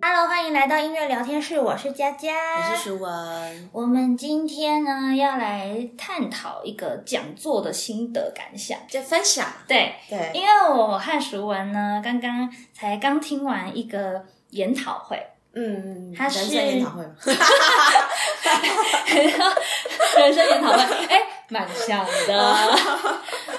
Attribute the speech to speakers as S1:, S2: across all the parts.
S1: 来到音乐聊天室，我是佳佳，
S2: 我是舒文。
S1: 我们今天呢要来探讨一个讲座的心得感想，
S2: 就分享。
S1: 对，
S2: 对，
S1: 因为我和舒文呢刚刚才刚听完一个研讨会，
S2: 嗯，
S1: 他是
S2: 人生研讨会吗？
S1: 人生研讨 会，哎、蛮像的。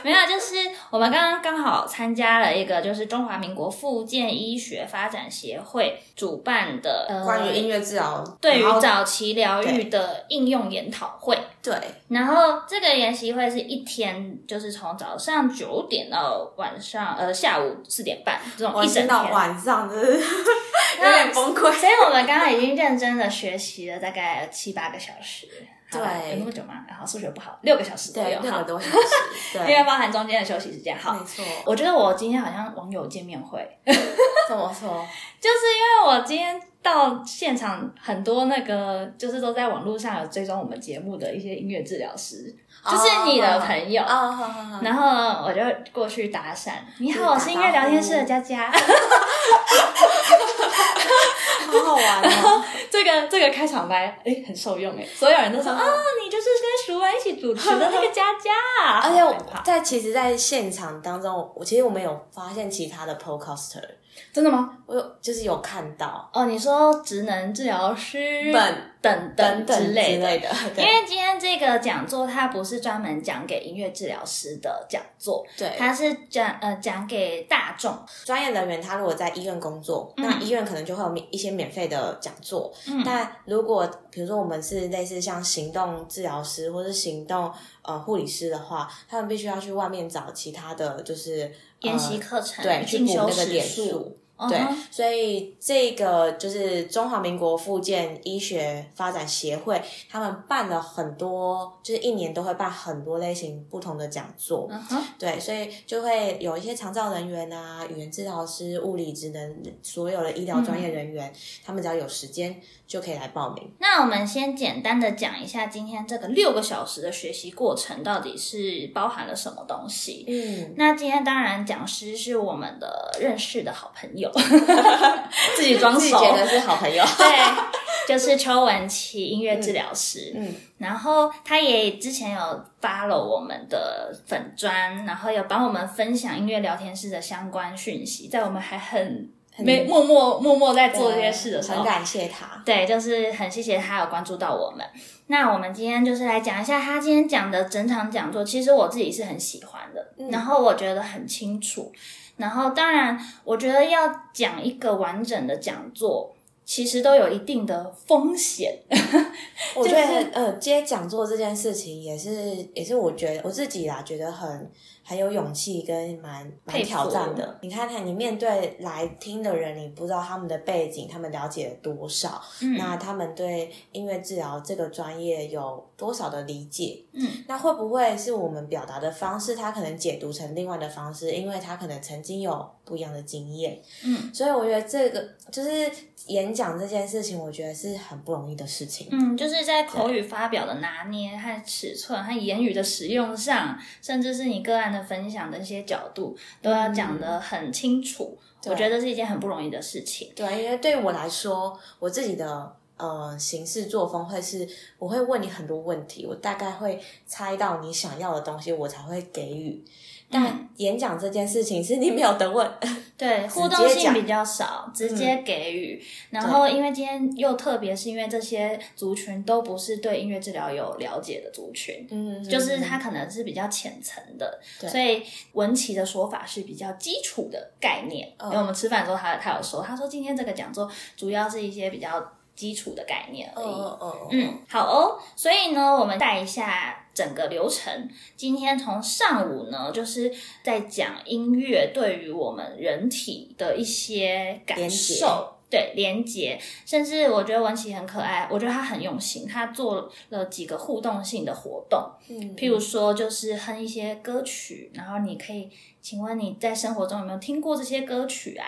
S1: 没有，就是我们刚刚刚好参加了一个，就是中华民国复健医学发展协会主办的，呃，
S2: 关于音乐治疗，
S1: 对
S2: 然后
S1: 于早期疗愈的应用研讨会。
S2: 对
S1: 然后这个研习会是一天，就是从早上九点到晚上，呃，下午四点半这种
S2: 我
S1: 一整
S2: 听
S1: 天。
S2: 到晚上真是 有
S1: 那
S2: 点崩溃。
S1: 所以我们刚刚已经认真的学习了大概七八个小时，好吧
S2: 对
S1: 有那么久吗？好，数学不好，六个小时左
S2: 对嗯
S1: 右，，
S2: 六
S1: 好
S2: 个，多小时，
S1: 因
S2: 对，
S1: 为包含中间的休息时间。好，
S2: 没错。
S1: 我觉得我今天好像网友见面会，
S2: 怎么说？
S1: 就是因为我今天到现场，很多那个就是都在网络上有追踪我们节目的一些音乐治疗师，就是你的朋友。
S2: 啊，好 好好，
S1: 然后我就过去搭讪，你
S2: 就是
S1: 好，
S2: 打
S1: 我是音乐聊天室的佳佳。
S2: 好好玩哦。
S1: 这个这个开场白，哎，很受用哎，所有人都说啊，你就是跟熟文一起主持的那个佳佳 啊，
S2: 而且
S1: 好害
S2: 我
S1: 怕
S2: 在其实，在现场当中，我其实我们有发现其他的 podcaster，
S1: 真的吗？
S2: 我有就是有看到
S1: 哦，你说职能治疗师
S2: 本
S1: 等
S2: 等等
S1: 之
S2: 之
S1: 类的，
S2: 类的，
S1: 因
S2: 对
S1: 为今天这个讲座它不是专门讲给音乐治疗师的讲座，
S2: 对，
S1: 它是讲呃讲给大众，
S2: 专业人员他如果在医院工作，
S1: 嗯
S2: 那医院可能就会有免一些免费的讲座。
S1: 嗯
S2: 但如果比如说我们是类似像行动治疗师或是行动呃护理师的话，他们必须要去外面找其他的就是
S1: 研习
S2: 呃
S1: 课程、
S2: 对去
S1: 进
S2: 补
S1: 修
S2: 那个
S1: 时
S2: 点数。
S1: 嗯
S2: 对
S1: 哼，
S2: 所以这个就是中华民国复健医学发展协会，他们办了很多，就是一年都会办很多类型不同的讲座。
S1: 嗯哼，
S2: 对，所以就会有一些长照人员啊、语言治疗师、物理职能，所有的医疗专业人员，
S1: 嗯
S2: 他们只要有时间就可以来报名。
S1: 那我们先简单的讲一下今天这个六个小时的学习过程到底是包含了什么东西。
S2: 嗯，
S1: 那今天当然讲师是我们的认识的好朋友， 自己装
S2: 自己
S1: 熟，
S2: 觉得是好 朋友。
S1: 对，就是邱文琪音乐治疗师。
S2: 嗯，
S1: 然后他也之前有 follow 我们的粉砖，然后有帮我们分享音乐聊天室的相关讯息，在我们还很没默默默默在做这些事的时
S2: 很
S1: 候，
S2: 感谢他。
S1: 对，就是很谢谢他有关注到我们。那我们今天就是来讲一下他今天讲的整场讲座，其实我自己是很喜欢的，
S2: 嗯
S1: 然后我觉得很清楚，然后当然我觉得要讲一个完整的讲座，其实都有一定的 风险。
S2: 我
S1: 就
S2: 觉
S1: 是
S2: 得呃，接讲座这件事情也是也是我觉得我自己啦，觉得很很有勇气跟蛮蛮
S1: 佩服
S2: 挑战的。你看看，你面对来听的人，你不知道他们的背景，他们了解了多少，
S1: 嗯
S2: 那他们对音乐治疗这个专业有多少的理解？
S1: 嗯，
S2: 那会不会是我们表达的方式，他可能解读成另外的方式，因为他可能曾经有不一样的经验。
S1: 嗯，
S2: 所以我觉得这个就是演讲这件事情，我觉得是很不容易的事情。
S1: 嗯，就是在口语发表的拿捏和尺寸和言语的使用上，甚至是你个案的分享的一些角度，都要
S2: 嗯
S1: 讲得很清楚。我觉得是一件很不容易的事情。
S2: 对，因为对我来说，我自己的呃行事作风会是，我会问你很多问题，我大概会猜到你想要的东西，我才会给予。
S1: 嗯
S2: 但演讲这件事情是你没有得 问，
S1: 对，互动性比较少，直接给予。
S2: 嗯
S1: 然后，因为今天又特别是因为这些族群都不是对音乐治疗有了解的族群。
S2: 嗯，
S1: 就是它可能是比较浅层的，
S2: 对
S1: 所以文琪的说法是比较基础的概念。
S2: 嗯
S1: 因为我们吃饭的时候他，他有说，他说今天这个讲座主要是一些比较基础的概念而已。
S2: 嗯嗯嗯
S1: 嗯，好哦。所以呢，我们带一下整个流程。今天从上午呢，就是在讲音乐对于我们人体的一些感
S2: 连结
S1: 受。对连接，甚至我觉得文琪很可爱，我觉得他很用心，他做了几个互动性的活动，
S2: 嗯，
S1: 譬如说就是哼一些歌曲，然后你可以，请问你在生活中有没有听过这些歌曲啊？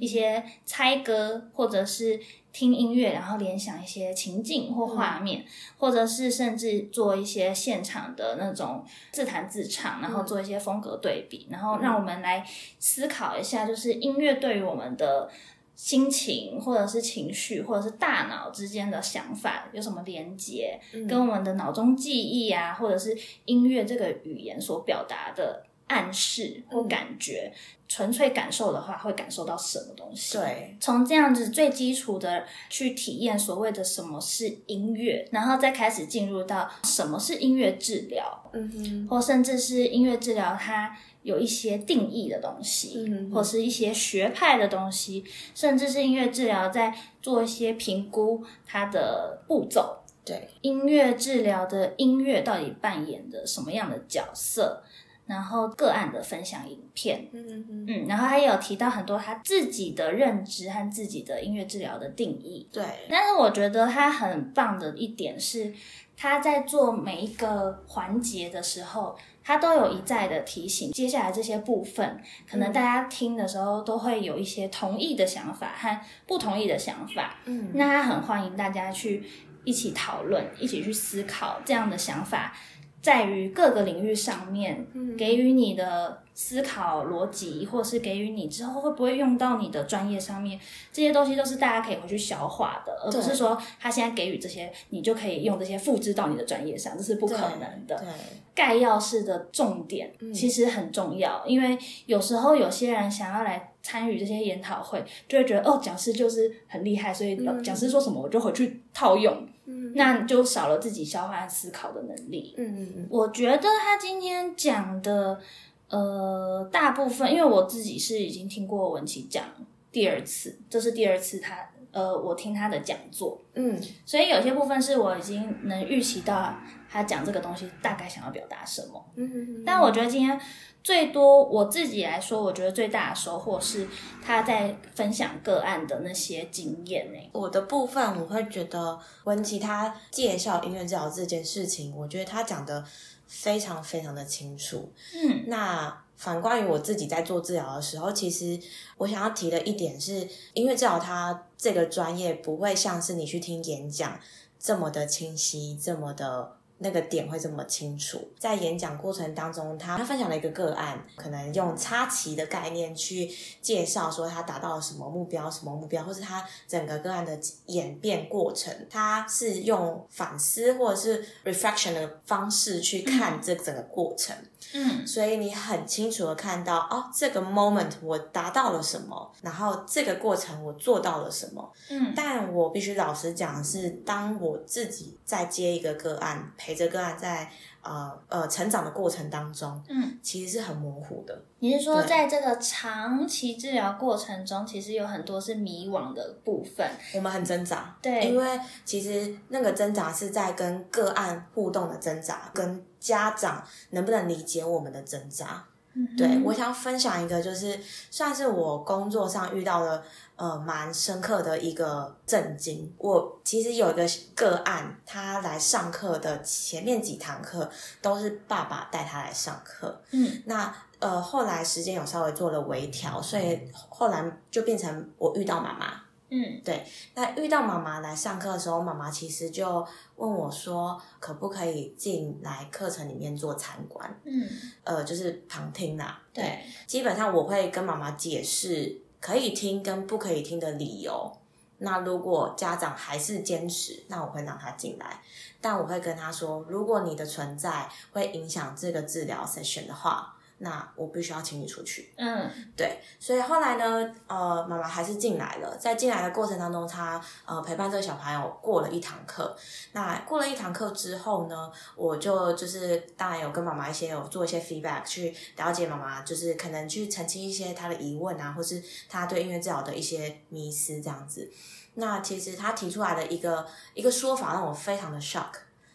S1: 一些猜歌，或者是听音乐，然后联想一些情境或画面，或者是甚至做一些现场的那种自弹自唱，然后做一些风格对比，然后让我们来思考一下，就是音乐对于我们的。心情或者是情绪或者是大脑之间的想法有什么连接，
S2: 嗯
S1: 跟我们的脑中记忆啊，或者是音乐这个语言所表达的暗示或感觉，纯粹感受的话，会感受到什么东西？
S2: 对，
S1: 从这样子最基础的去体验所谓的什么是音乐，然后再开始进入到什么是音乐治疗，
S2: 嗯哼，
S1: 或甚至是音乐治疗它有一些定义的东西，
S2: 嗯
S1: 或是一些学派的东西，甚至是音乐治疗在做一些评估它的步骤。
S2: 对，
S1: 音乐治疗的音乐到底扮演的什么样的角色，然后个案的分享影片，
S2: 嗯哼，
S1: 嗯，然后他也有提到很多他自己的认知和自己的音乐治疗的定义。
S2: 对，
S1: 但是我觉得他很棒的一点是，他在做每一个环节的时候，他都有一再的提醒，接下来这些部分，可能大家听的时候都会有一些同意的想法和不同意的想法。
S2: 嗯，
S1: 那他很欢迎大家去一起讨论，一起去思考这样的想法，在于各个领域上面
S2: 嗯
S1: 给予你的思考逻辑，或是给予你之后会不会用到你的专业上面，这些东西都是大家可以回去消化的，而不是
S2: 对
S1: 说他现在给予这些，你就可以用这些复制到你的专业上，这是不可能的。
S2: 对，
S1: 概要式的重点
S2: 嗯
S1: 其实很重要，因为有时候有些人想要来参与这些研讨会，就会觉得哦，讲师就是很厉害，所以
S2: 嗯
S1: 讲师说什么我就回去套用，
S2: 嗯
S1: 那你就少了自己消化和思考的能力。
S2: 嗯嗯
S1: 我觉得他今天讲的，呃，大部分因为我自己是已经听过文琪讲第二次，这是第二次他呃，我听他的讲座，
S2: 嗯，
S1: 所以有些部分是我已经能预期到他讲这个东西大概想要表达什么。
S2: 嗯，
S1: 但我觉得今天最多我自己来说，我觉得最大的收获是他在分享个案的那些经验呢、欸
S2: 我的部分，我会觉得文琪他介绍音乐治疗这件事情，我觉得他讲的非常非常的清楚。
S1: 嗯
S2: 那反观于我自己在做治疗的时候，其实我想要提的一点是，音乐治疗它这个专业不会像是你去听演讲这么的清晰，这么的。那个点会这么清楚，在演讲过程当中，他他分享了一个个案，可能用插旗的概念去介绍说他达到了什么目标、什么目标，或是他整个个案的演变过程，他是用反思或者是 reflection 的方式去看这整个过程。
S1: 嗯
S2: 所以你很清楚的看到哦，这个 moment 我达到了什么，然后这个过程我做到了什么。
S1: 嗯
S2: 但我必须老实讲的是，当我自己在接一个个案，陪着个案在呃呃成长的过程当中，
S1: 嗯，
S2: 其实是很模糊的。
S1: 你是说
S2: 对
S1: 在这个长期治疗过程中，其实有很多是迷惘的部分？
S2: 我们很挣扎，
S1: 对
S2: 因为其实那个挣扎是在跟个案互动的挣扎，跟家长能不能理解我们的挣扎。
S1: 嗯
S2: 对，我想分享一个，就是算是我工作上遇到的，呃，蛮深刻的一个震惊。我其实有一个个案，他来上课的前面几堂课都是爸爸带他来上课，
S1: 嗯
S2: 那呃后来时间有稍微做了微调，所以后来就变成我遇到妈妈。
S1: 嗯
S2: 那遇到妈妈来上课的时候，妈妈其实就问我说，可不可以进来课程里面做参观？
S1: 嗯，
S2: 呃，就是旁听啦。
S1: 对，
S2: 基本上我会跟妈妈解释可以听跟不可以听的理由。那如果家长还是坚持，那我会让他进来，但我会跟他说，如果你的存在会影响这个治疗 session 的话，那我必须要请你出去。
S1: 嗯
S2: 对，所以后来呢，呃，妈妈还是进来了。在进来的过程当中，她呃陪伴这个小朋友过了一堂课。那过了一堂课之后呢，我就就是当然有跟妈妈一些有做一些 feedback，去了解妈妈，就是可能去澄清一些她的疑问啊，或是她对音乐治疗的一些迷思这样子。那其实她提出来的一个一个说法让我非常的 shock。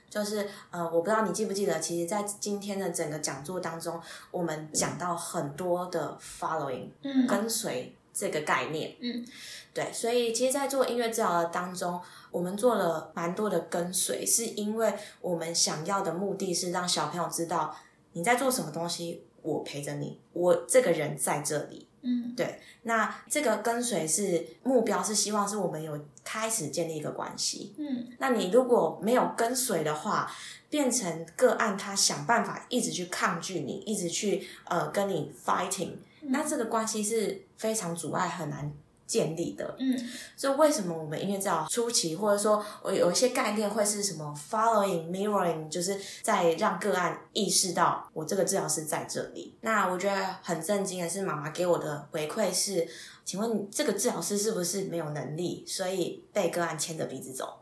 S2: 就是呃，我不知道你记不记得，其实，在今天的整个讲座当中，我们讲到很多的 following
S1: 嗯
S2: 跟随这个概念。
S1: 嗯
S2: 对，所以其实，在做音乐治疗的当中，我们做了蛮多的跟随，是因为我们想要的目的是让小朋友知道你在做什么东西，我陪着你，我这个人在这里。
S1: 嗯
S2: 那这个跟随是目标，是希望是我们有开始建立一个关系。
S1: 嗯
S2: 那你如果没有跟随的话，变成个案，他想办法一直去抗拒你，一直去呃跟你 fighting，那这个关系是非常阻碍，很难建立的。
S1: 嗯
S2: 所以为什么我们音乐治疗初期，或者说我有一些概念会是什么 following mirroring，就是在让个案意识到我这个治疗师在这里。那我觉得很震惊的是，妈妈给我的回馈是，请问你这个治疗师是不是没有能力，所以被个案牵着鼻子走？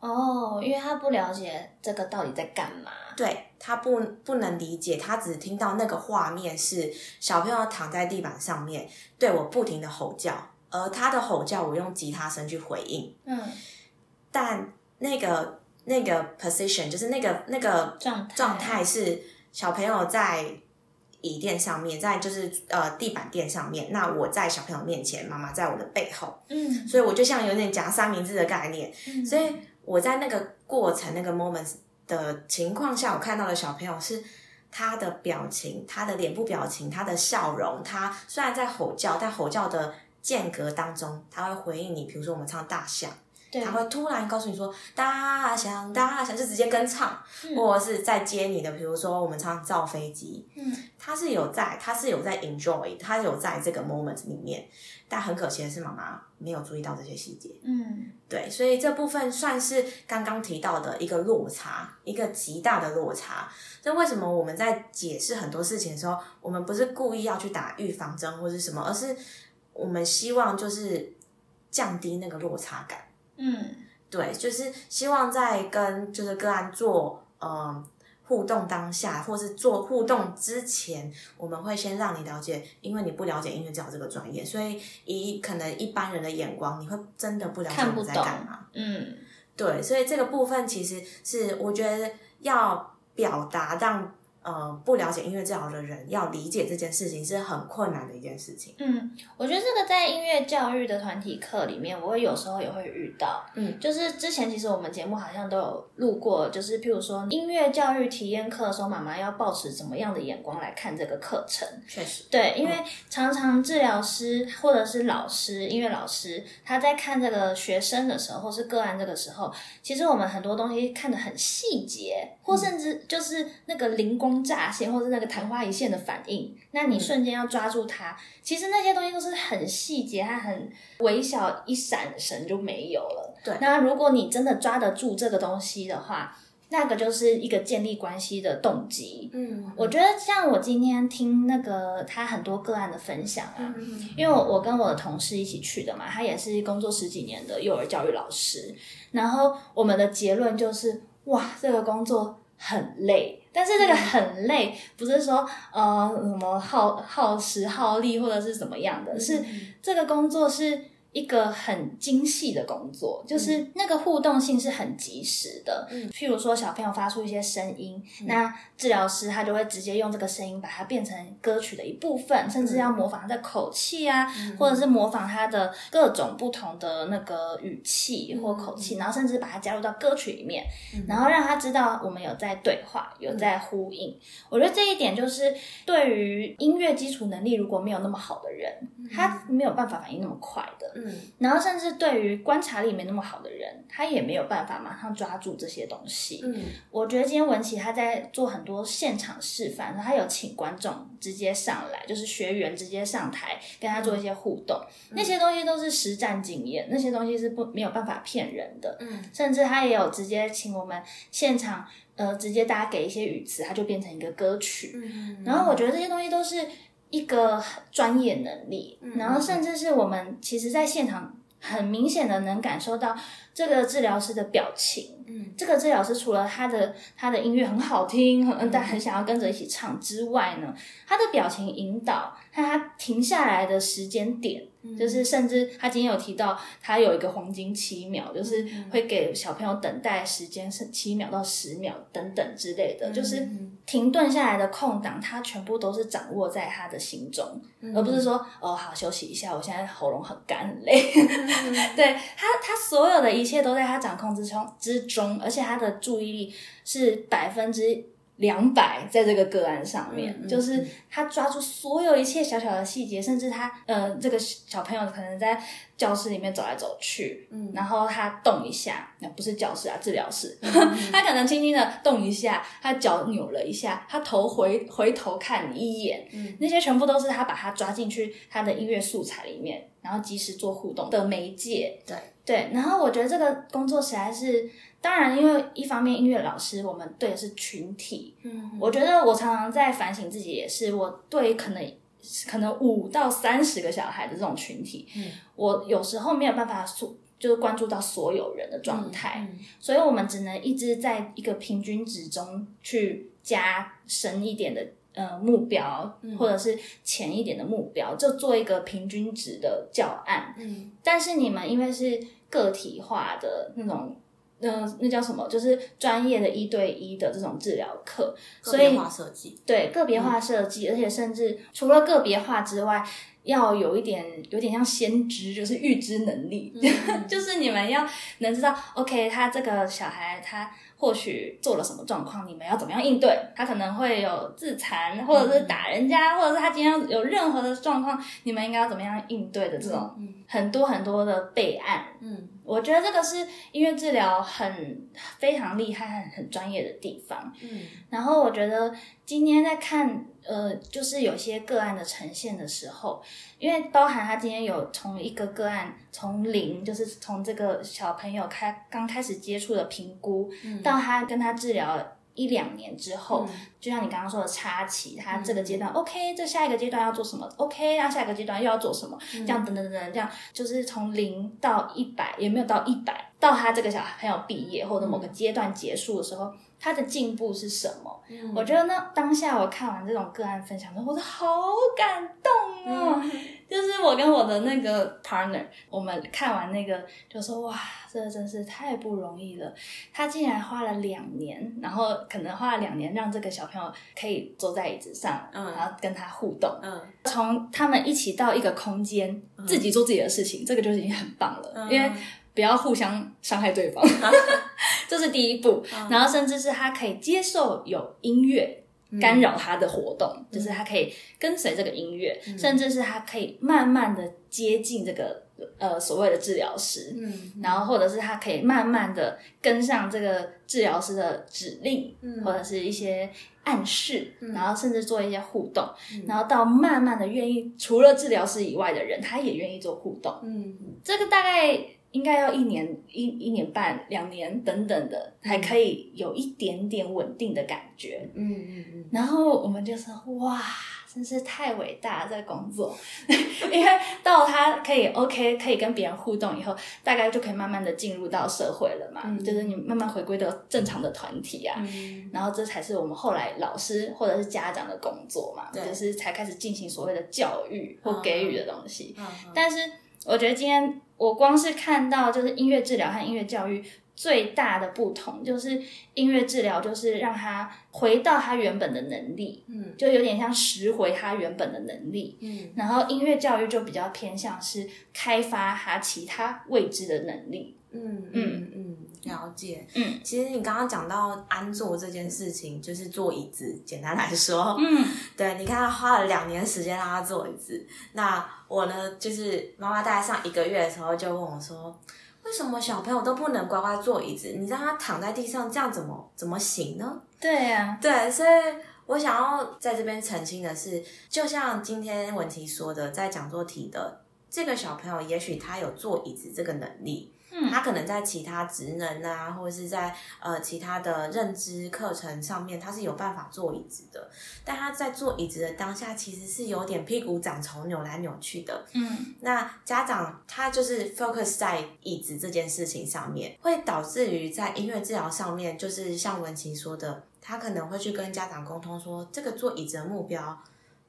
S1: 哦，因为他不了解这个到底在干嘛。
S2: 对他不不能理解，他只听到那个画面是小朋友躺在地板上面对我不停的吼叫，而他的吼叫我用吉他声去回应，
S1: 嗯，
S2: 但那个那个 position 就是那个那个
S1: 状态
S2: 状态是小朋友在椅垫上面，在就是呃地板垫上面，那我在小朋友面前，妈妈在我的背后，
S1: 嗯，
S2: 所以我就像有点夹三明治的概念，
S1: 嗯
S2: 所以我在那个过程那个 moment 的情况下，我看到的小朋友是他的表情、他的脸部表情、他的笑容，他虽然在吼叫，但吼叫的间隔当中，他会回应你。比如说我们唱大象，
S1: 对
S2: 他会突然告诉你说大象大象，就直接跟唱，
S1: 嗯
S2: 或者是在接你的。比如说我们唱造飞机，
S1: 嗯
S2: 他是有在，他是有在 enjoy，他有在这个 moment 里面，但很可惜的是，妈妈没有注意到这些细节。
S1: 嗯
S2: 对，所以这部分算是刚刚提到的一个落差，一个极大的落差。那为什么我们在解释很多事情的时候，我们不是故意要去打预防针或是什么，而是我们希望就是降低那个落差感。
S1: 嗯
S2: 对，就是希望在跟就是个案做呃互动当下，或是做互动之前，我们会先让你了解，因为你不了解音乐治疗这个专业，所以以可能一般人的眼光，你会真的不了解
S1: 看
S2: 我
S1: 不
S2: 们在
S1: 懂
S2: 干嘛。
S1: 嗯
S2: 对，所以这个部分其实是我觉得要表达让呃不了解音乐治疗的人要理解这件事情是很困难的一件事情。
S1: 嗯，我觉得这个在音乐教育的团体课里面，我有时候也会遇到。
S2: 嗯
S1: 就是之前其实我们节目好像都有录过，就是譬如说音乐教育体验课的时候，妈妈要抱持怎么样的眼光来看这个课程？
S2: 确实，
S1: 对，因为常常治疗师或者是老师、音乐老师，他在看这个学生的时候，或是个案这个时候，其实我们很多东西看得很细节，或甚至就是那个灵光乍现，或是那个昙花一现的反应，那你瞬间要抓住它，其实那些东西都是很细节，它很微小，一闪神就没有了。
S2: 对
S1: 那如果你真的抓得住这个东西的话，那个就是一个建立关系的动机。
S2: 嗯
S1: 我觉得像我今天听那个他很多个案的分享啊，
S2: 嗯
S1: 因为我我跟我的同事一起去的嘛，他也是工作十几年的幼儿教育老师，然后我们的结论就是，哇，这个工作很累。但是这个很累，不是说呃什么耗耗时耗力或者是怎么样的，是
S2: 嗯
S1: 这个工作是一个很精细的工作，就是那个互动性是很及时的。
S2: 嗯
S1: 譬如说小朋友发出一些声音，那治疗师他就会直接用这个声音把它变成歌曲的一部分，甚至要模仿他的口气啊，或者是模仿他的各种不同的那个语气或口气，然后甚至把它加入到歌曲里面，然后让他知道我们有在对话，有在呼应。我觉得这一点就是对于音乐基础能力如果没有那么好的人，他没有办法反应那么快的。
S2: 嗯
S1: 然后，甚至对于观察力没那么好的人，他也没有办法马上抓住这些东西。
S2: 嗯
S1: 我觉得今天文琪他在做很多现场示范，然后他有请观众直接上来，就是学员直接上台跟他做一些互动，那些东西都是实战经验，那些东西是不没有办法骗人的。
S2: 嗯
S1: 甚至他也有直接请我们现场，呃，直接大家给一些语词，它就变成一个歌曲。
S2: 嗯
S1: 然后我觉得这些东西都是一个专业能力，
S2: 嗯
S1: 然后甚至是我们其实在现场很明显的能感受到这个治疗师的表情。
S2: 嗯
S1: 这个治疗师除了他的他的音乐很好听，
S2: 嗯
S1: 很 但很想要跟着一起唱之外呢，他的表情引导和他停下来的时间点，
S2: 嗯
S1: 就是甚至他今天有提到他有一个黄金七秒，就是
S2: 嗯
S1: 会给小朋友等待时间是七秒到十秒等等之类的，就是
S2: 嗯
S1: 停顿下来的空档，他全部都是掌握在他的心中，而不是说哦好休息一下，我现在喉咙很干很累。对他，他所有的一切都在他掌控之中之中，而且他的注意力是百分之两百在这个个案上面，就是他抓住所有一切小小的细节，甚至他呃这个小朋友可能在教室里面走来走去，嗯，然后他动一下，那不是教室啊，治疗室， 他可能轻轻的动一下，他脚扭了一下，他头回回头看你一眼，那些全部都是他把他抓进去他的音乐素材里面，然后及时做互动的媒介，
S2: 对
S1: 对，然后我觉得这个工作实在是，当然，因为一方面音乐老师我们对的是群体，
S2: 嗯，
S1: 我觉得我常常在反省自己，也是我对可能可能五到三十个小孩的这种群体，
S2: 嗯
S1: 我有时候没有办法所就是关注到所有人的状态，
S2: 嗯
S1: 所以我们只能一直在一个平均值中去加深一点的呃目标，或者是浅一点的目标，就做一个平均值的教案。
S2: 嗯
S1: 但是你们因为是个体化的那种，呃，那叫什么？就是专业的一对一的这种治疗课，
S2: 个
S1: 所
S2: 别
S1: 以
S2: 化设计，
S1: 对个别化设计，而且甚至除了个别化之外，要有一点有点像先知，就是预知能力，
S2: 嗯
S1: 就是你们要能知道，OK，他这个小孩他或许做了什么状况，你们要怎么样应对？他可能会有自残，或者是打人家，或者是他今天有任何的状况，你们应该要怎么样应对的这种
S2: 嗯
S1: 很多很多的备案。
S2: 嗯
S1: 我觉得这个是音乐治疗很非常厉害、很很专业的地方。
S2: 嗯
S1: 然后我觉得今天在看呃，就是有些个案的呈现的时候，因为包含他今天有从一个个案从零，就是从这个小朋友开刚开始接触的评估，
S2: 嗯
S1: 到他跟他治疗一两年之后，
S2: 嗯
S1: 就像你刚刚说的插旗，他这个阶段、OK，这下一个阶段要做什么？OK，那下一个阶段又要做什么？这样等等等等，这样就是从零到一百，也没有到一百，到他这个小朋友毕业或者某个阶段结束的时候，他的进步是什么？
S2: 嗯
S1: 我觉得呢，当下我看完这种个案分享之后，我说好感动
S2: 嗯
S1: 哦。就是我跟我的那个 partner，我们看完那个就说哇，这个真是太不容易了。他竟然花了两年，然后可能花了两年让这个小朋友可以坐在椅子上，
S2: 嗯
S1: 然后跟他互动，
S2: 嗯
S1: 从他们一起到一个空间，自己做自己的事情，这个就已经很棒了，
S2: 嗯
S1: 因为不要互相伤 害对方，这是第一步。
S2: 嗯
S1: 然后甚至是他可以接受有音乐
S2: 嗯
S1: 干扰他的活动，就是他可以跟随这个音乐，
S2: 嗯
S1: 甚至是他可以慢慢的接近这个呃所谓的治疗师。
S2: 嗯
S1: 然后，或者是他可以慢慢的跟上这个治疗师的指令，
S2: 嗯
S1: 或者是一些暗示，然后甚至做一些互动，
S2: 嗯
S1: 然后到慢慢的愿意，除了治疗师以外的人，他也愿意做互动。
S2: 嗯
S1: 这个大概应该要一年、一一年半、两年等等的，才可以有一点点稳定的感觉。
S2: 嗯嗯
S1: 然后我们就说：“哇，真是太伟大了，这个工作！” 因为到他可以 OK，可以跟别人互动以后，大概就可以慢慢的进入到社会了嘛，
S2: 嗯
S1: 就是你慢慢回归到正常的团体啊。
S2: 嗯
S1: 然后这才是我们后来老师或者是家长的工作嘛，
S2: 对
S1: 就是才开始进行所谓的教育或给予的东西。
S2: 嗯，
S1: 但是我觉得今天我光是看到就是音乐治疗和音乐教育最大的不同，就是音乐治疗就是让他回到他原本的能力，
S2: 嗯
S1: 就有点像拾回他原本的能力。
S2: 嗯
S1: 然后音乐教育就比较偏向是开发他其他未知的能力。
S2: 嗯嗯嗯，了解。
S1: 嗯
S2: 其实你刚刚讲到安坐这件事情，就是坐椅子。简单来说，
S1: 嗯
S2: 对，你看他花了两年时间让他坐椅子。那我呢，就是妈妈大概上一个月的时候就问我说，为什么小朋友都不能乖乖坐椅子？你让他躺在地上，这样怎么怎么行呢？
S1: 对啊呀、
S2: 对，所以我想要在这边澄清的是，就像今天文琪说的，在讲座提的，这个小朋友也许他有坐椅子这个能力，
S1: 嗯
S2: 他可能在其他职能啊，或者是在呃其他的认知课程上面，他是有办法坐椅子的，但他在坐椅子的当下，其实是有点屁股长虫扭来扭去的，
S1: 嗯
S2: 那家长他就是 focus 在椅子这件事情上面，会导致于在音乐治疗上面，就是像文琪说的，他可能会去跟家长沟通说，这个坐椅子的目标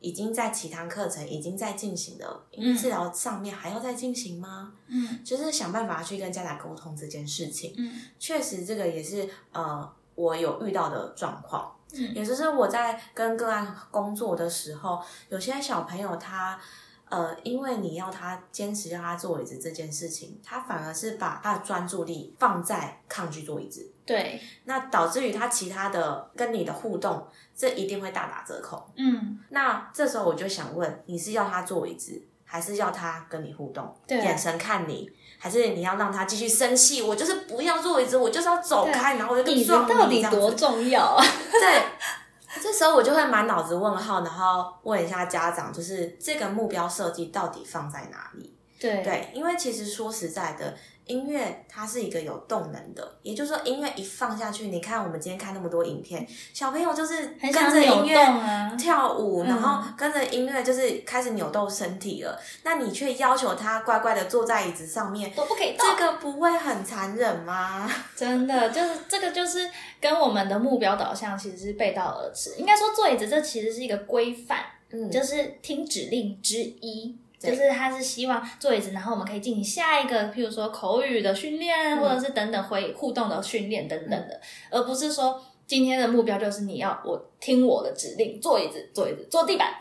S2: 已经在其他课程已经在进行了，音乐治疗上面还要再进行吗？
S1: 嗯
S2: 就是想办法去跟家长沟通这件事情。
S1: 嗯
S2: 确实，这个也是呃，我有遇到的状况。
S1: 嗯
S2: 也就是我在跟个案工作的时候，有些小朋友他呃，因为你要他坚持要他坐椅子这件事情，他反而是把他的专注力放在抗拒坐椅子。
S1: 对，
S2: 那导致于他其他的跟你的互动，这一定会大打折扣。
S1: 嗯，
S2: 那这时候我就想问，你是要他做为止，还是要他跟你互动，
S1: 对
S2: 眼神看你，还是你要让他继续生气？我就是不要做为止，我就是要走开，然后我就
S1: 椅子
S2: 撞
S1: 啊到
S2: 你
S1: 底
S2: 这样
S1: 多
S2: 子
S1: 重要啊？
S2: 对。这时候我就会满脑子问号，然后问一下家长，就是这个目标设计到底放在哪里？
S1: 对
S2: 对，因为其实说实在的，音乐它是一个有动能的，也就是说，音乐一放下去，你看我们今天看那么多影片，小朋友就是
S1: 很
S2: 跟
S1: 想
S2: 着
S1: 扭
S2: 音
S1: 动
S2: 乐。
S1: 啊，
S2: 跳舞，
S1: 嗯
S2: 然后跟着音乐就是开始扭动身体了。那你却要求他乖乖的坐在椅子上面，
S1: 都不可以动。
S2: 这个不会很残忍吗？
S1: 真的就是这个，就是跟我们的目标导向其实是背道而驰。应该说，坐椅子这其实是一个规范，
S2: 嗯，
S1: 就是听指令之一。
S2: 对
S1: 就是他是希望坐椅子，然后我们可以进行下一个，譬如说口语的训练，
S2: 嗯
S1: 或者是等等回互动的训练等等的，而不是说今天的目标就是你要我听我的指令，坐椅子，坐椅子，坐地板，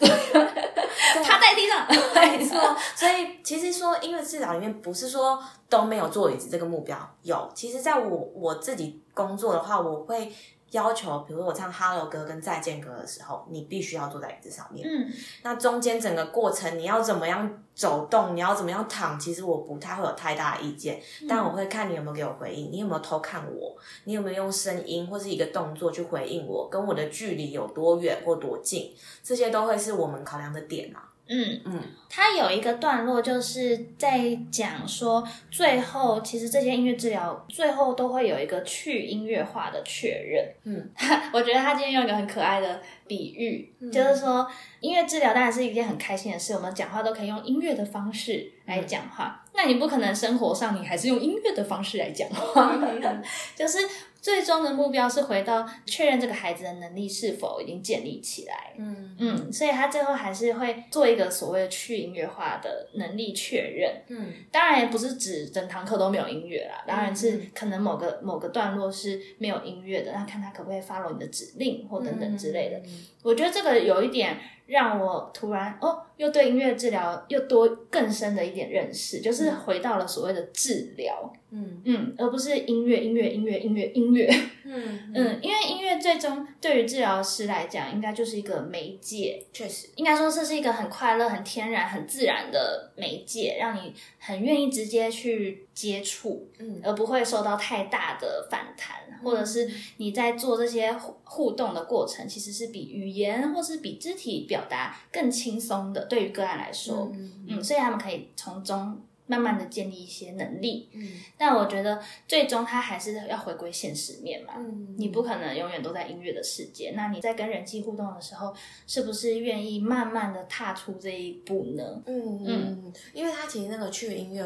S1: 趴在地上，
S2: 没错， 所以其实说音乐治疗里面不是说都没有坐椅子这个目标，有。其实在我我自己工作的话，我会要求，比如我唱《Hello 歌》跟《再见歌》的时候，你必须要坐在椅子上面。
S1: 嗯，
S2: 那中间整个过程你要怎么样走动，你要怎么样躺，其实我不太会有太大的意见，但我会看你有没有给我回应，你有没有偷看我，你有没有用声音或是一个动作去回应我，跟我的距离有多远或多近，这些都会是我们考量的点啊。
S1: 嗯，
S2: 嗯，
S1: 它有一个段落就是在讲说，最后其实这些音乐治疗最后都会有一个去音乐化的确认。
S2: 嗯，
S1: 我觉得他今天用一个很可爱的比喻，
S2: 嗯
S1: 就是说音乐治疗当然是一件很开心的事，我们讲话都可以用音乐的方式来讲话。
S2: 嗯
S1: 那你不可能生活上你还是用音乐的方式来讲话， 就是最终的目标是回到确认这个孩子的能力是否已经建立起来。
S2: 嗯
S1: 嗯，所以他最后还是会做一个所谓的去音乐化的能力确认。
S2: 嗯
S1: 当然也不是指整堂课都没有音乐啦，当然是
S2: 嗯
S1: 可能某个某个段落是没有音乐的，那看他可不可以 follow 你的指令或等等
S2: 嗯
S1: 之类的。。我觉得这个有一点让我突然哦，又对音乐治疗又多更深的一点认识，就是回到了所谓的治疗，
S2: 嗯
S1: 嗯，而不是音乐音乐音乐音乐音乐，
S2: 嗯嗯，
S1: 嗯，因为音乐最终对于治疗师来讲，应该就是一个媒介，
S2: 确实，
S1: 应该说这是一个很快乐、很天然、很自然的媒介，让你很愿意直接去接触，
S2: 嗯
S1: 而不会受到太大的反弹，或者是你在做这些互互动的过程，其实是比语言或是比肢体表达更轻松的，对于个案来说，嗯，所以他们可以从中慢慢的建立一些能力。
S2: 嗯
S1: 但我觉得最终他还是要回归现实面嘛，
S2: 嗯
S1: 你不可能永远都在音乐的世界。那你在跟人际互动的时候，是不是愿意慢慢的踏出这一步呢？
S2: 嗯嗯，因为他其实那个去音乐。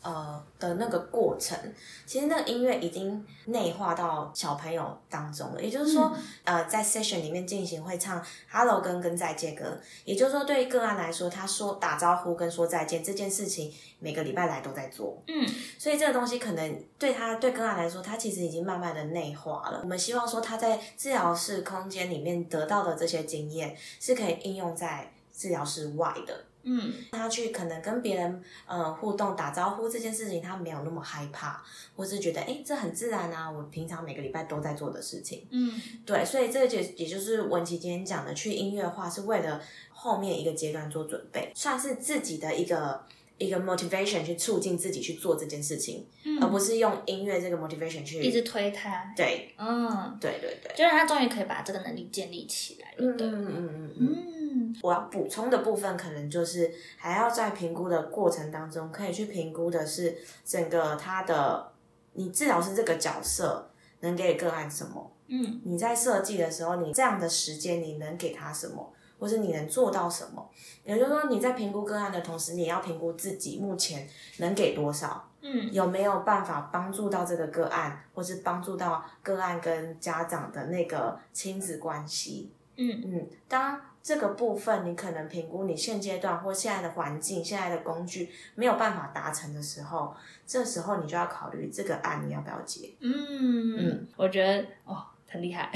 S2: 呃的那个过程，其实那个音乐已经内化到小朋友当中了。也就是说，呃，在 session 里面进行会唱 hello 跟跟再见歌，也就是说，对于个案来说，他说打招呼跟说再见这件事情，每个礼拜来都在做。
S1: 嗯，
S2: 所以这个东西可能对他对个案来说，他其实已经慢慢的内化了。我们希望说他在治疗室空间里面得到的这些经验，是可以应用在治疗室外的。
S1: 嗯
S2: 他去可能跟别人呃互动打招呼这件事情，他没有那么害怕，或是觉得哎、诶这很自然啊，我平常每个礼拜都在做的事情。
S1: 嗯
S2: 对，所以这也也就是文琪今天讲的，去音乐化是为了后面一个阶段做准备，算是自己的一个一个 motivation 去促进自己去做这件事情，
S1: 嗯，
S2: 而不是用音乐这个 motivation 去
S1: 一直推他，
S2: 对
S1: 嗯，
S2: 对对对，
S1: 就让他终于可以把这个能力建立起来了，
S2: 嗯
S1: 对，
S2: 嗯嗯嗯嗯。
S1: 嗯
S2: 我要补充的部分，可能就是还要在评估的过程当中，可以去评估的是整个他的你治疗师这个角色能给个案什么，
S1: 嗯
S2: 你在设计的时候，你这样的时间你能给他什么，或是你能做到什么？也就是说，你在评估个案的同时，你也要评估自己目前能给多少，
S1: 嗯
S2: 有没有办法帮助到这个个案，或是帮助到个案跟家长的那个亲子关系。
S1: 嗯
S2: 嗯，当这个部分你可能评估你现阶段或现在的环境、现在的工具没有办法达成的时候，这时候你就要考虑这个案你要不要接。
S1: 嗯 嗯，我觉得哦，很厉害。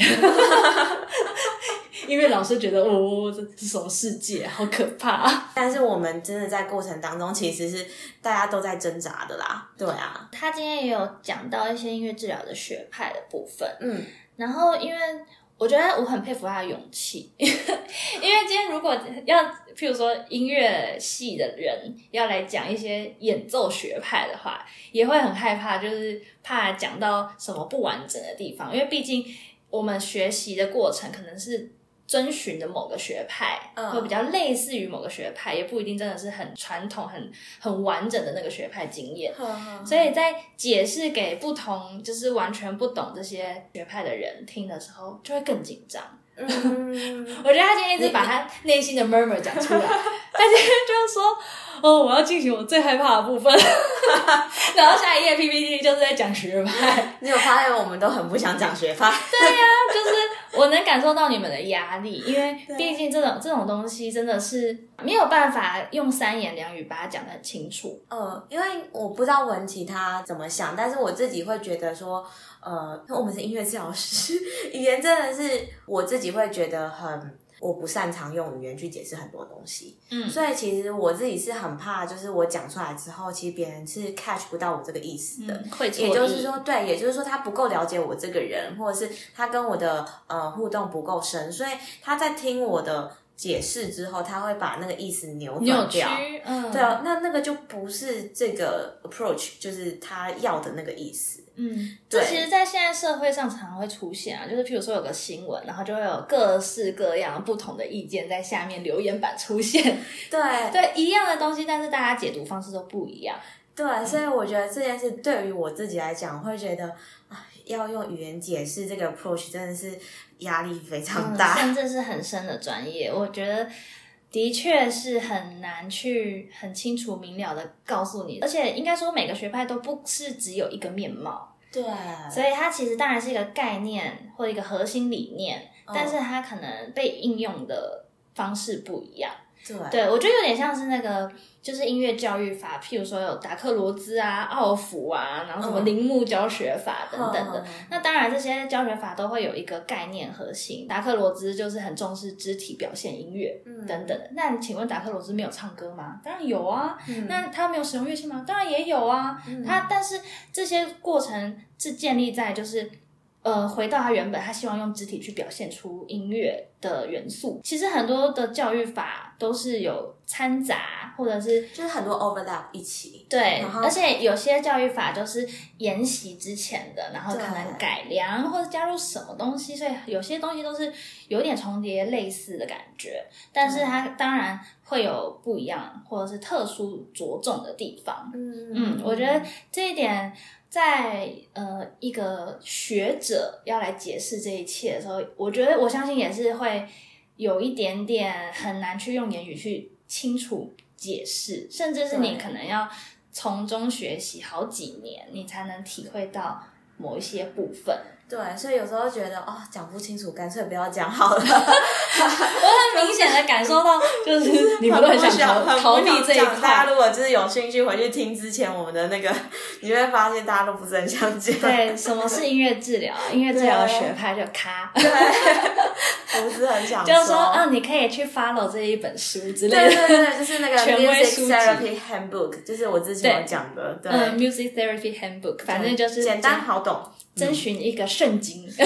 S3: 因为老师觉得哦，这是什么世界，啊好可怕。
S2: 但是我们真的在过程当中，其实是大家都在挣扎的啦。对啊，
S1: 他今天也有讲到一些音乐治疗的学派的部分，
S2: 嗯，
S1: 然后因为我觉得我很佩服他的勇气， 因为今天如果要譬如说音乐系的人要来讲一些演奏学派的话，也会很害怕，就是怕讲到什么不完整的地方，因为毕竟我们学习的过程可能是。遵循的某个学派，
S2: 嗯
S1: 会比较类似于某个学派，也不一定真的是很传统、很很完整的那个学派经验。所以在解释给不同就是完全不懂这些学派的人听的时候，就会更紧张。
S2: 嗯，
S1: 我觉得他今天一直把他内心的 murmur 讲出来， 他今天就是说，哦，我要进行我最害怕的部分， 然后下一页 PPT 就是在讲学 派，
S2: 你有发现我们都很不想讲学派？
S1: 就是我能感受到你们的压力，因为毕竟这种这种东西真的是没有办法用三言两语把它讲得很清楚。
S2: 呃，因为我不知道文琪他怎么想，但是我自己会觉得说，呃，我们是音乐治疗师， 语言真的是我自己会觉得很，我不擅长用语言去解释很多东西，
S1: 嗯
S2: 所以其实我自己是很怕，就是我讲出来之后，其实别人是 catch 不到我这个意思的。
S1: 嗯，会错意，
S2: 也就是说，对，也就是说，他不够了解我这个人，或者是他跟我的呃互动不够深，所以他在听我的解释之后，他会把那个意思扭
S1: 扭
S2: 转
S1: 曲
S2: 掉。，
S1: 嗯，
S2: 对啊，那那个就不是这个 approach，就是他要的那个意思。
S1: 嗯，
S2: 对
S1: 这其实，在现在社会上常常会出现啊，就是譬如说有个新闻，然后就会有各式各样不同的意见在下面留言板出现，
S2: 对
S1: 对一样的东西，但是大家解读方式都不一样。嗯
S2: 对，所以我觉得这件事对于我自己来讲，会觉得啊，要用语言解释这个 approach 真的是压力非常大。
S1: 嗯甚至是很深的专业，我觉得的确是很难去很清楚明了的告诉你，而且应该说每个学派都不是只有一个面貌，
S2: 对，
S1: 所以它其实当然是一个概念或一个核心理念，
S2: 嗯
S1: 但是它可能被应用的方式不一样。
S2: 对
S1: 对，我觉得有点像是那个，就是音乐教育法，譬如说有达克罗兹啊、奥弗啊，然后什么
S2: 嗯
S1: 铃木教学法等等的。
S2: 嗯
S1: 那当然，这些教学法都会有一个概念核心。达克罗兹就是很重视肢体表现音乐
S2: 嗯
S1: 等等的。那请问达克罗兹没有唱歌吗？当然有啊。
S2: 嗯
S1: 那他没有使用乐器吗？当然也有啊。
S2: 嗯
S1: 他但是这些过程是建立在就是。呃，回到他原本，他希望用肢体去表现出音乐的元素。其实很多的教育法都是有掺杂，或者是
S2: 就是很多 overlap 一起。
S1: 对
S2: 然，后
S1: 而且有些教育法就是研习之前的，然后可能
S2: 对
S1: 改良或者加入什么东西，所以有些东西都是有点重叠类似的感觉，但是它当然会有不一样或者是特殊着重的地方。
S2: 嗯
S1: 嗯，我觉得这一点在呃一个学者要来解释这一切的时候，我觉得我相信也是会有一点点很难去用言语去清楚解释，甚至是你
S2: 对
S1: 可能要从中学习好几年，你才能体会到某一些部分。
S2: 对，所以有时候觉得哦，讲不清楚，干脆不要讲好了。
S1: 我很明显的感受到， 就是你们都很想逃
S2: 很不
S1: 逃避
S2: 想
S1: 这一
S2: 讲大
S1: 块
S2: 家。如果就是有兴趣回去听之前我们的那个，你会发现大家都不是很想讲。
S1: 对，啊什么是音乐治疗？音乐治疗的学派就咔。
S2: 不是很想
S1: 就是说，
S2: 说
S1: 嗯、你可以去 follow 这一本书之类
S2: 对
S1: 的。
S2: 对对，就是那个
S1: 权威
S2: Music
S1: 书籍
S2: Therapy Handbook，就是我之前有讲的，对，嗯
S1: 嗯，Music Therapy Handbook，反正就是
S2: 简单好懂。
S1: 征征询一个圣经。
S2: 就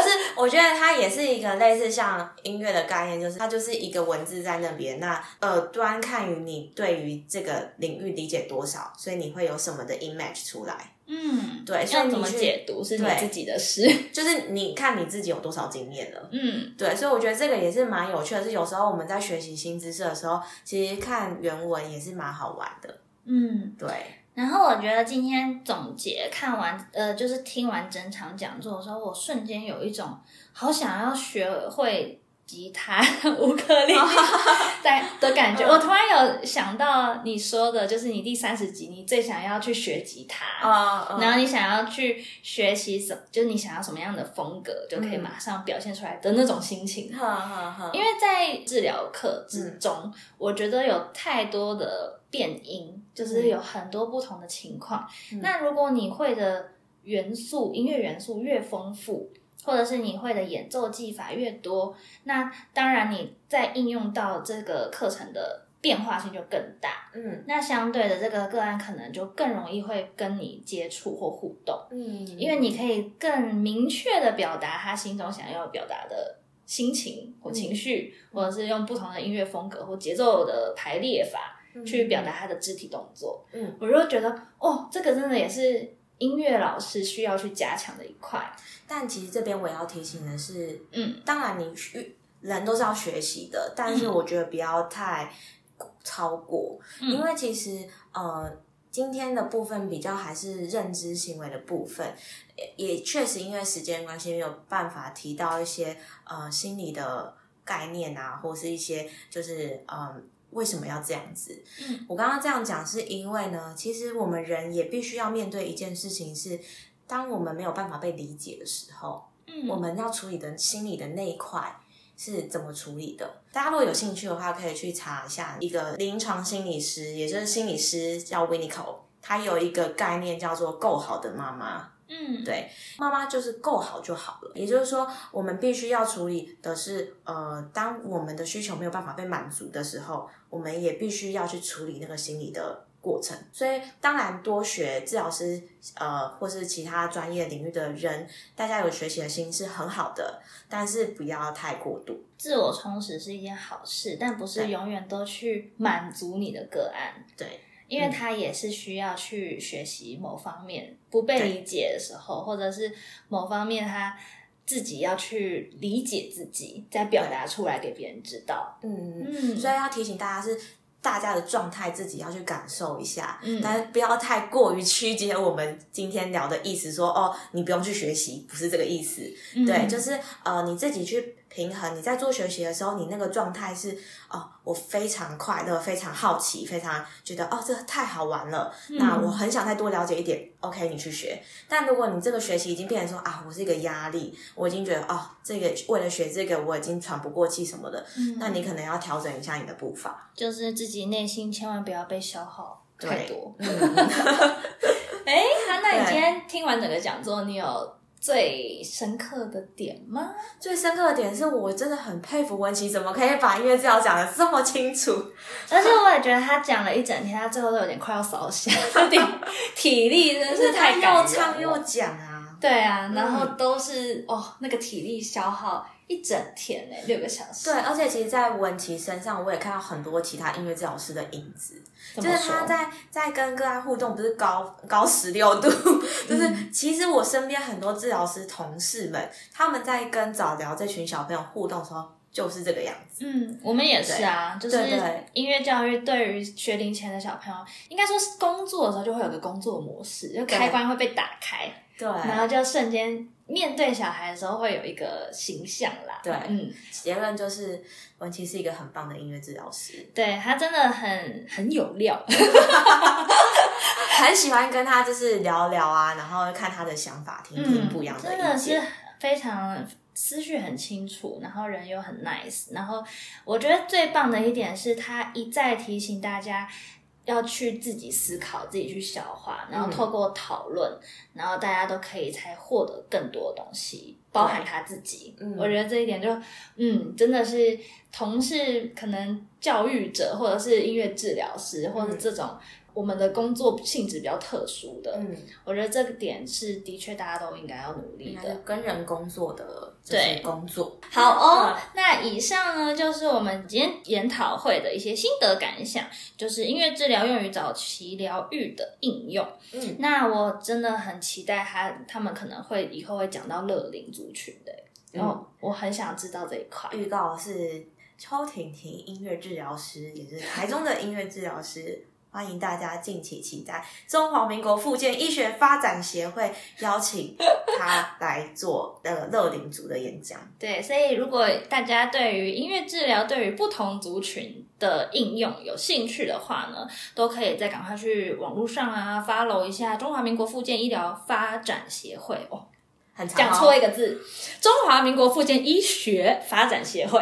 S2: 是我觉得它也是一个类似像音乐的概念，就是它就是一个文字在那边，那呃端看于你对于这个领域理解多少，所以你会有什么的 image 出来。
S1: 嗯，
S2: 对所以
S1: 要
S2: 你
S1: 怎么
S2: 去
S1: 解读是你
S2: 对
S1: 自己的事。
S2: 就是你看你自己有多少经验了。
S1: 嗯，
S2: 对，所以我觉得这个也是蛮有趣的，是有时候我们在学习新知识的时候，其实看原文也是蛮好玩的。
S1: 嗯，
S2: 对，
S1: 然后我觉得今天总结看完，呃，就是听完整场讲座的时候，我瞬间有一种好想要学会吉他、乌克 丽丽 在的感觉。我突然有想到你说的，就是你第三十集，你最想要去学吉他。
S2: 啊、嗯
S1: 然后你想要去学习什，就是你想要什么样的风格，就可以马上表现出来的那种心情。
S2: 哈哈哈，
S1: 因为在治疗课之中，
S2: 嗯
S1: 我觉得有太多的变音，就是有很多不同的情况。
S2: 嗯
S1: 那如果你会的元素、音乐元素越丰富，或者是你会的演奏技法越多，那当然你在应用到这个课程的变化性就更大。
S2: 嗯
S1: 那相对的，这个个案可能就更容易会跟你接触或互动，
S2: 嗯，
S1: 因为你可以更明确的表达他心中想要表达的心情或情
S2: 嗯
S1: 绪，或者是用不同的音乐风格或节奏的排列法，去表达他的肢体动作。
S2: 嗯，
S1: 我就觉得哦，这个真的也是音乐老师需要去加强的一块。
S2: 但其实这边我也要提醒的是，
S1: 嗯，
S2: 当然你学人都是要学习的，但是我觉得不要太超过，
S1: 嗯
S2: 因为其实呃。今天的部分比较还是认知行为的部分，也也确实因为时间关系没有办法提到一些呃心理的概念啊，或是一些就是嗯、呃为什么要这样子？
S1: 嗯，
S2: 我刚刚这样讲是因为呢，其实我们人也必须要面对一件事情是，当我们没有办法被理解的时候，
S1: 嗯
S2: 我们要处理的心理的那一块是怎么处理的。大家如果有兴趣的话，可以去查一下一个临床心理师，也就是心理师叫 Winnicott，他有一个概念叫做“够好的妈妈
S1: 嗯”。
S2: 对，妈妈就是够好就好了。也就是说，我们必须要处理的是，呃，当我们的需求没有办法被满足的时候，我们也必须要去处理那个心理的。过程，所以当然多学治疗师，呃，或是其他专业领域的人，大家有学习的心是很好的，但是不要太过度。
S1: 自我充实是一件好事，但不是
S2: 对
S1: 永远都去满足你的个案，
S2: 对，
S1: 因为他也是需要去学习某方面不被理解的时候，或者是某方面他自己要去理解自己，再表达出来给别人知道。
S2: 嗯，
S1: 嗯，
S2: 所以要提醒大家是大家的状态自己要去感受一下，
S1: 嗯
S2: 但是不要太过于曲解我们今天聊的意思说，哦，你不用去学习，不是这个意思。
S1: 嗯
S2: 对，就是呃，你自己去平衡。你在做学习的时候，你那个状态是哦、我非常快乐，非常好奇，非常觉得哦，这太好玩了。那
S1: 嗯
S2: 我很想再多了解一点。OK，你去学。但如果你这个学习已经变成说啊，我是一个压力，我已经觉得哦，这个为了学这个我已经喘不过气什么的，
S1: 嗯
S2: 那你可能要调整一下你的步伐。
S1: 就是自己内心千万不要被消耗太多。
S2: 嗯，
S1: 哎，那那你
S2: 对
S1: 今天听完整个讲座，你有最深刻的点吗？
S2: 最深刻的点是我真的很佩服文琪，怎么可以把音乐治疗讲的这么清楚？
S1: 而且我也觉得他讲了一整天，他最后都有点快要烧香， 有点体力 真
S2: 就是是他
S1: 太感人
S2: 又唱又
S1: 了
S2: 讲啊。
S1: 对啊，
S2: 嗯
S1: 然后都是、哦，那个体力消耗一整天呢、六个小时。
S2: 对，，而且其实，在文琪身上，我也看到很多其他音乐治疗师的影子，
S1: 怎
S2: 就
S1: 么
S2: 是
S1: 说
S2: 他在在跟个案互动，不是高高十六度，
S1: 嗯
S2: 就是其实我身边很多治疗师同事们，他们在跟早疗这群小朋友互动的时候，就是这个样子。
S1: 嗯，我们也是啊，就是
S2: 对对
S1: 音乐教育对于学龄前的小朋友，应该说是工作的时候就会有个工作模式，就开关会被打开。
S2: 对，
S1: 然后就瞬间面对小孩的时候会有一个形象啦。
S2: 对
S1: 嗯，
S2: 结论就是文琪是一个很棒的音乐治疗师，
S1: 对他真的很很有料。
S2: 很喜欢跟他就是聊聊啊，然后看他的想法，听听不一样
S1: 嗯真
S2: 意
S1: 的
S2: 见。
S1: 是非常思绪很清楚，然后人又很 nice，然后我觉得最棒的一点是他一再提醒大家。要去自己思考，自己去消化，然后
S2: 嗯
S1: 透过讨论，然后大家都可以才获得更多东西，包含他自己。
S2: 嗯
S1: 我觉得这一点就，嗯，真的是同是可能教育者，或者是音乐治疗师，或者
S2: 嗯
S1: 这种、我们的工作性质比较特殊的，
S2: 嗯，
S1: 我觉得这个点是的确大家都应该要努力
S2: 应该是
S1: 的。
S2: 跟人工作的就是
S1: 对
S2: 工作。
S1: 好哦
S2: 嗯，
S1: 那以上呢就是我们今天研讨会的一些心得感想，就是音乐治疗用于早期疗愈的应用。
S2: 嗯，
S1: 那我真的很期待他他们可能会以后会讲到乐龄族群的，
S2: 嗯
S1: 然后我很想知道这一块。
S2: 预告是邱婷婷音乐治疗师，也是台中的音乐治疗师。欢迎大家敬请期待中华民国复健医学发展协会邀请他来做那个乐龄族的演讲。
S1: 对，所以如果大家对于音乐治疗对于不同族群的应用有兴趣的话呢，都可以再赶快去网络上啊 follow 一下中华民国复健医疗发展协会哦，
S2: 很长、
S1: 讲错一个字，中华民国复健医学发展协会。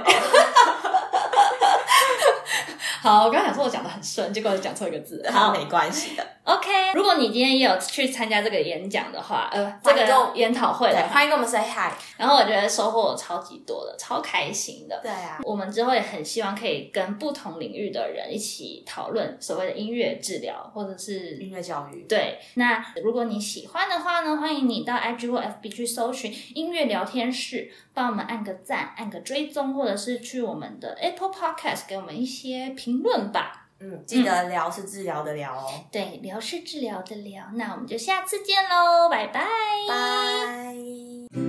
S3: 好，我刚想说我讲的很顺，结果讲错一个字。
S2: 好，没关系的。
S1: OK，如果你今天也有去参加这个演讲的话，呃，这
S2: 欢迎跟
S1: 个
S2: 我
S1: 研讨会
S2: 对
S1: 的，话，
S2: 欢迎跟我们 say hi。
S1: 然后我觉得收获超级多的，超开心的。
S2: 对啊，
S1: 我们之后也很希望可以跟不同领域的人一起讨论所谓的音乐治疗，或者是
S2: 音乐教育。
S1: 对，那如果你喜欢的话呢，欢迎你到 IG 或 FB 去搜寻“音乐聊天室”，帮我们按个赞、按个追踪，或者是去我们的 Apple Podcast 给我们一些评论吧。
S2: 嗯，记得聊是治疗的聊哦。
S1: 对，聊是治疗的聊，那我们就下次见喽，拜拜。
S2: 拜。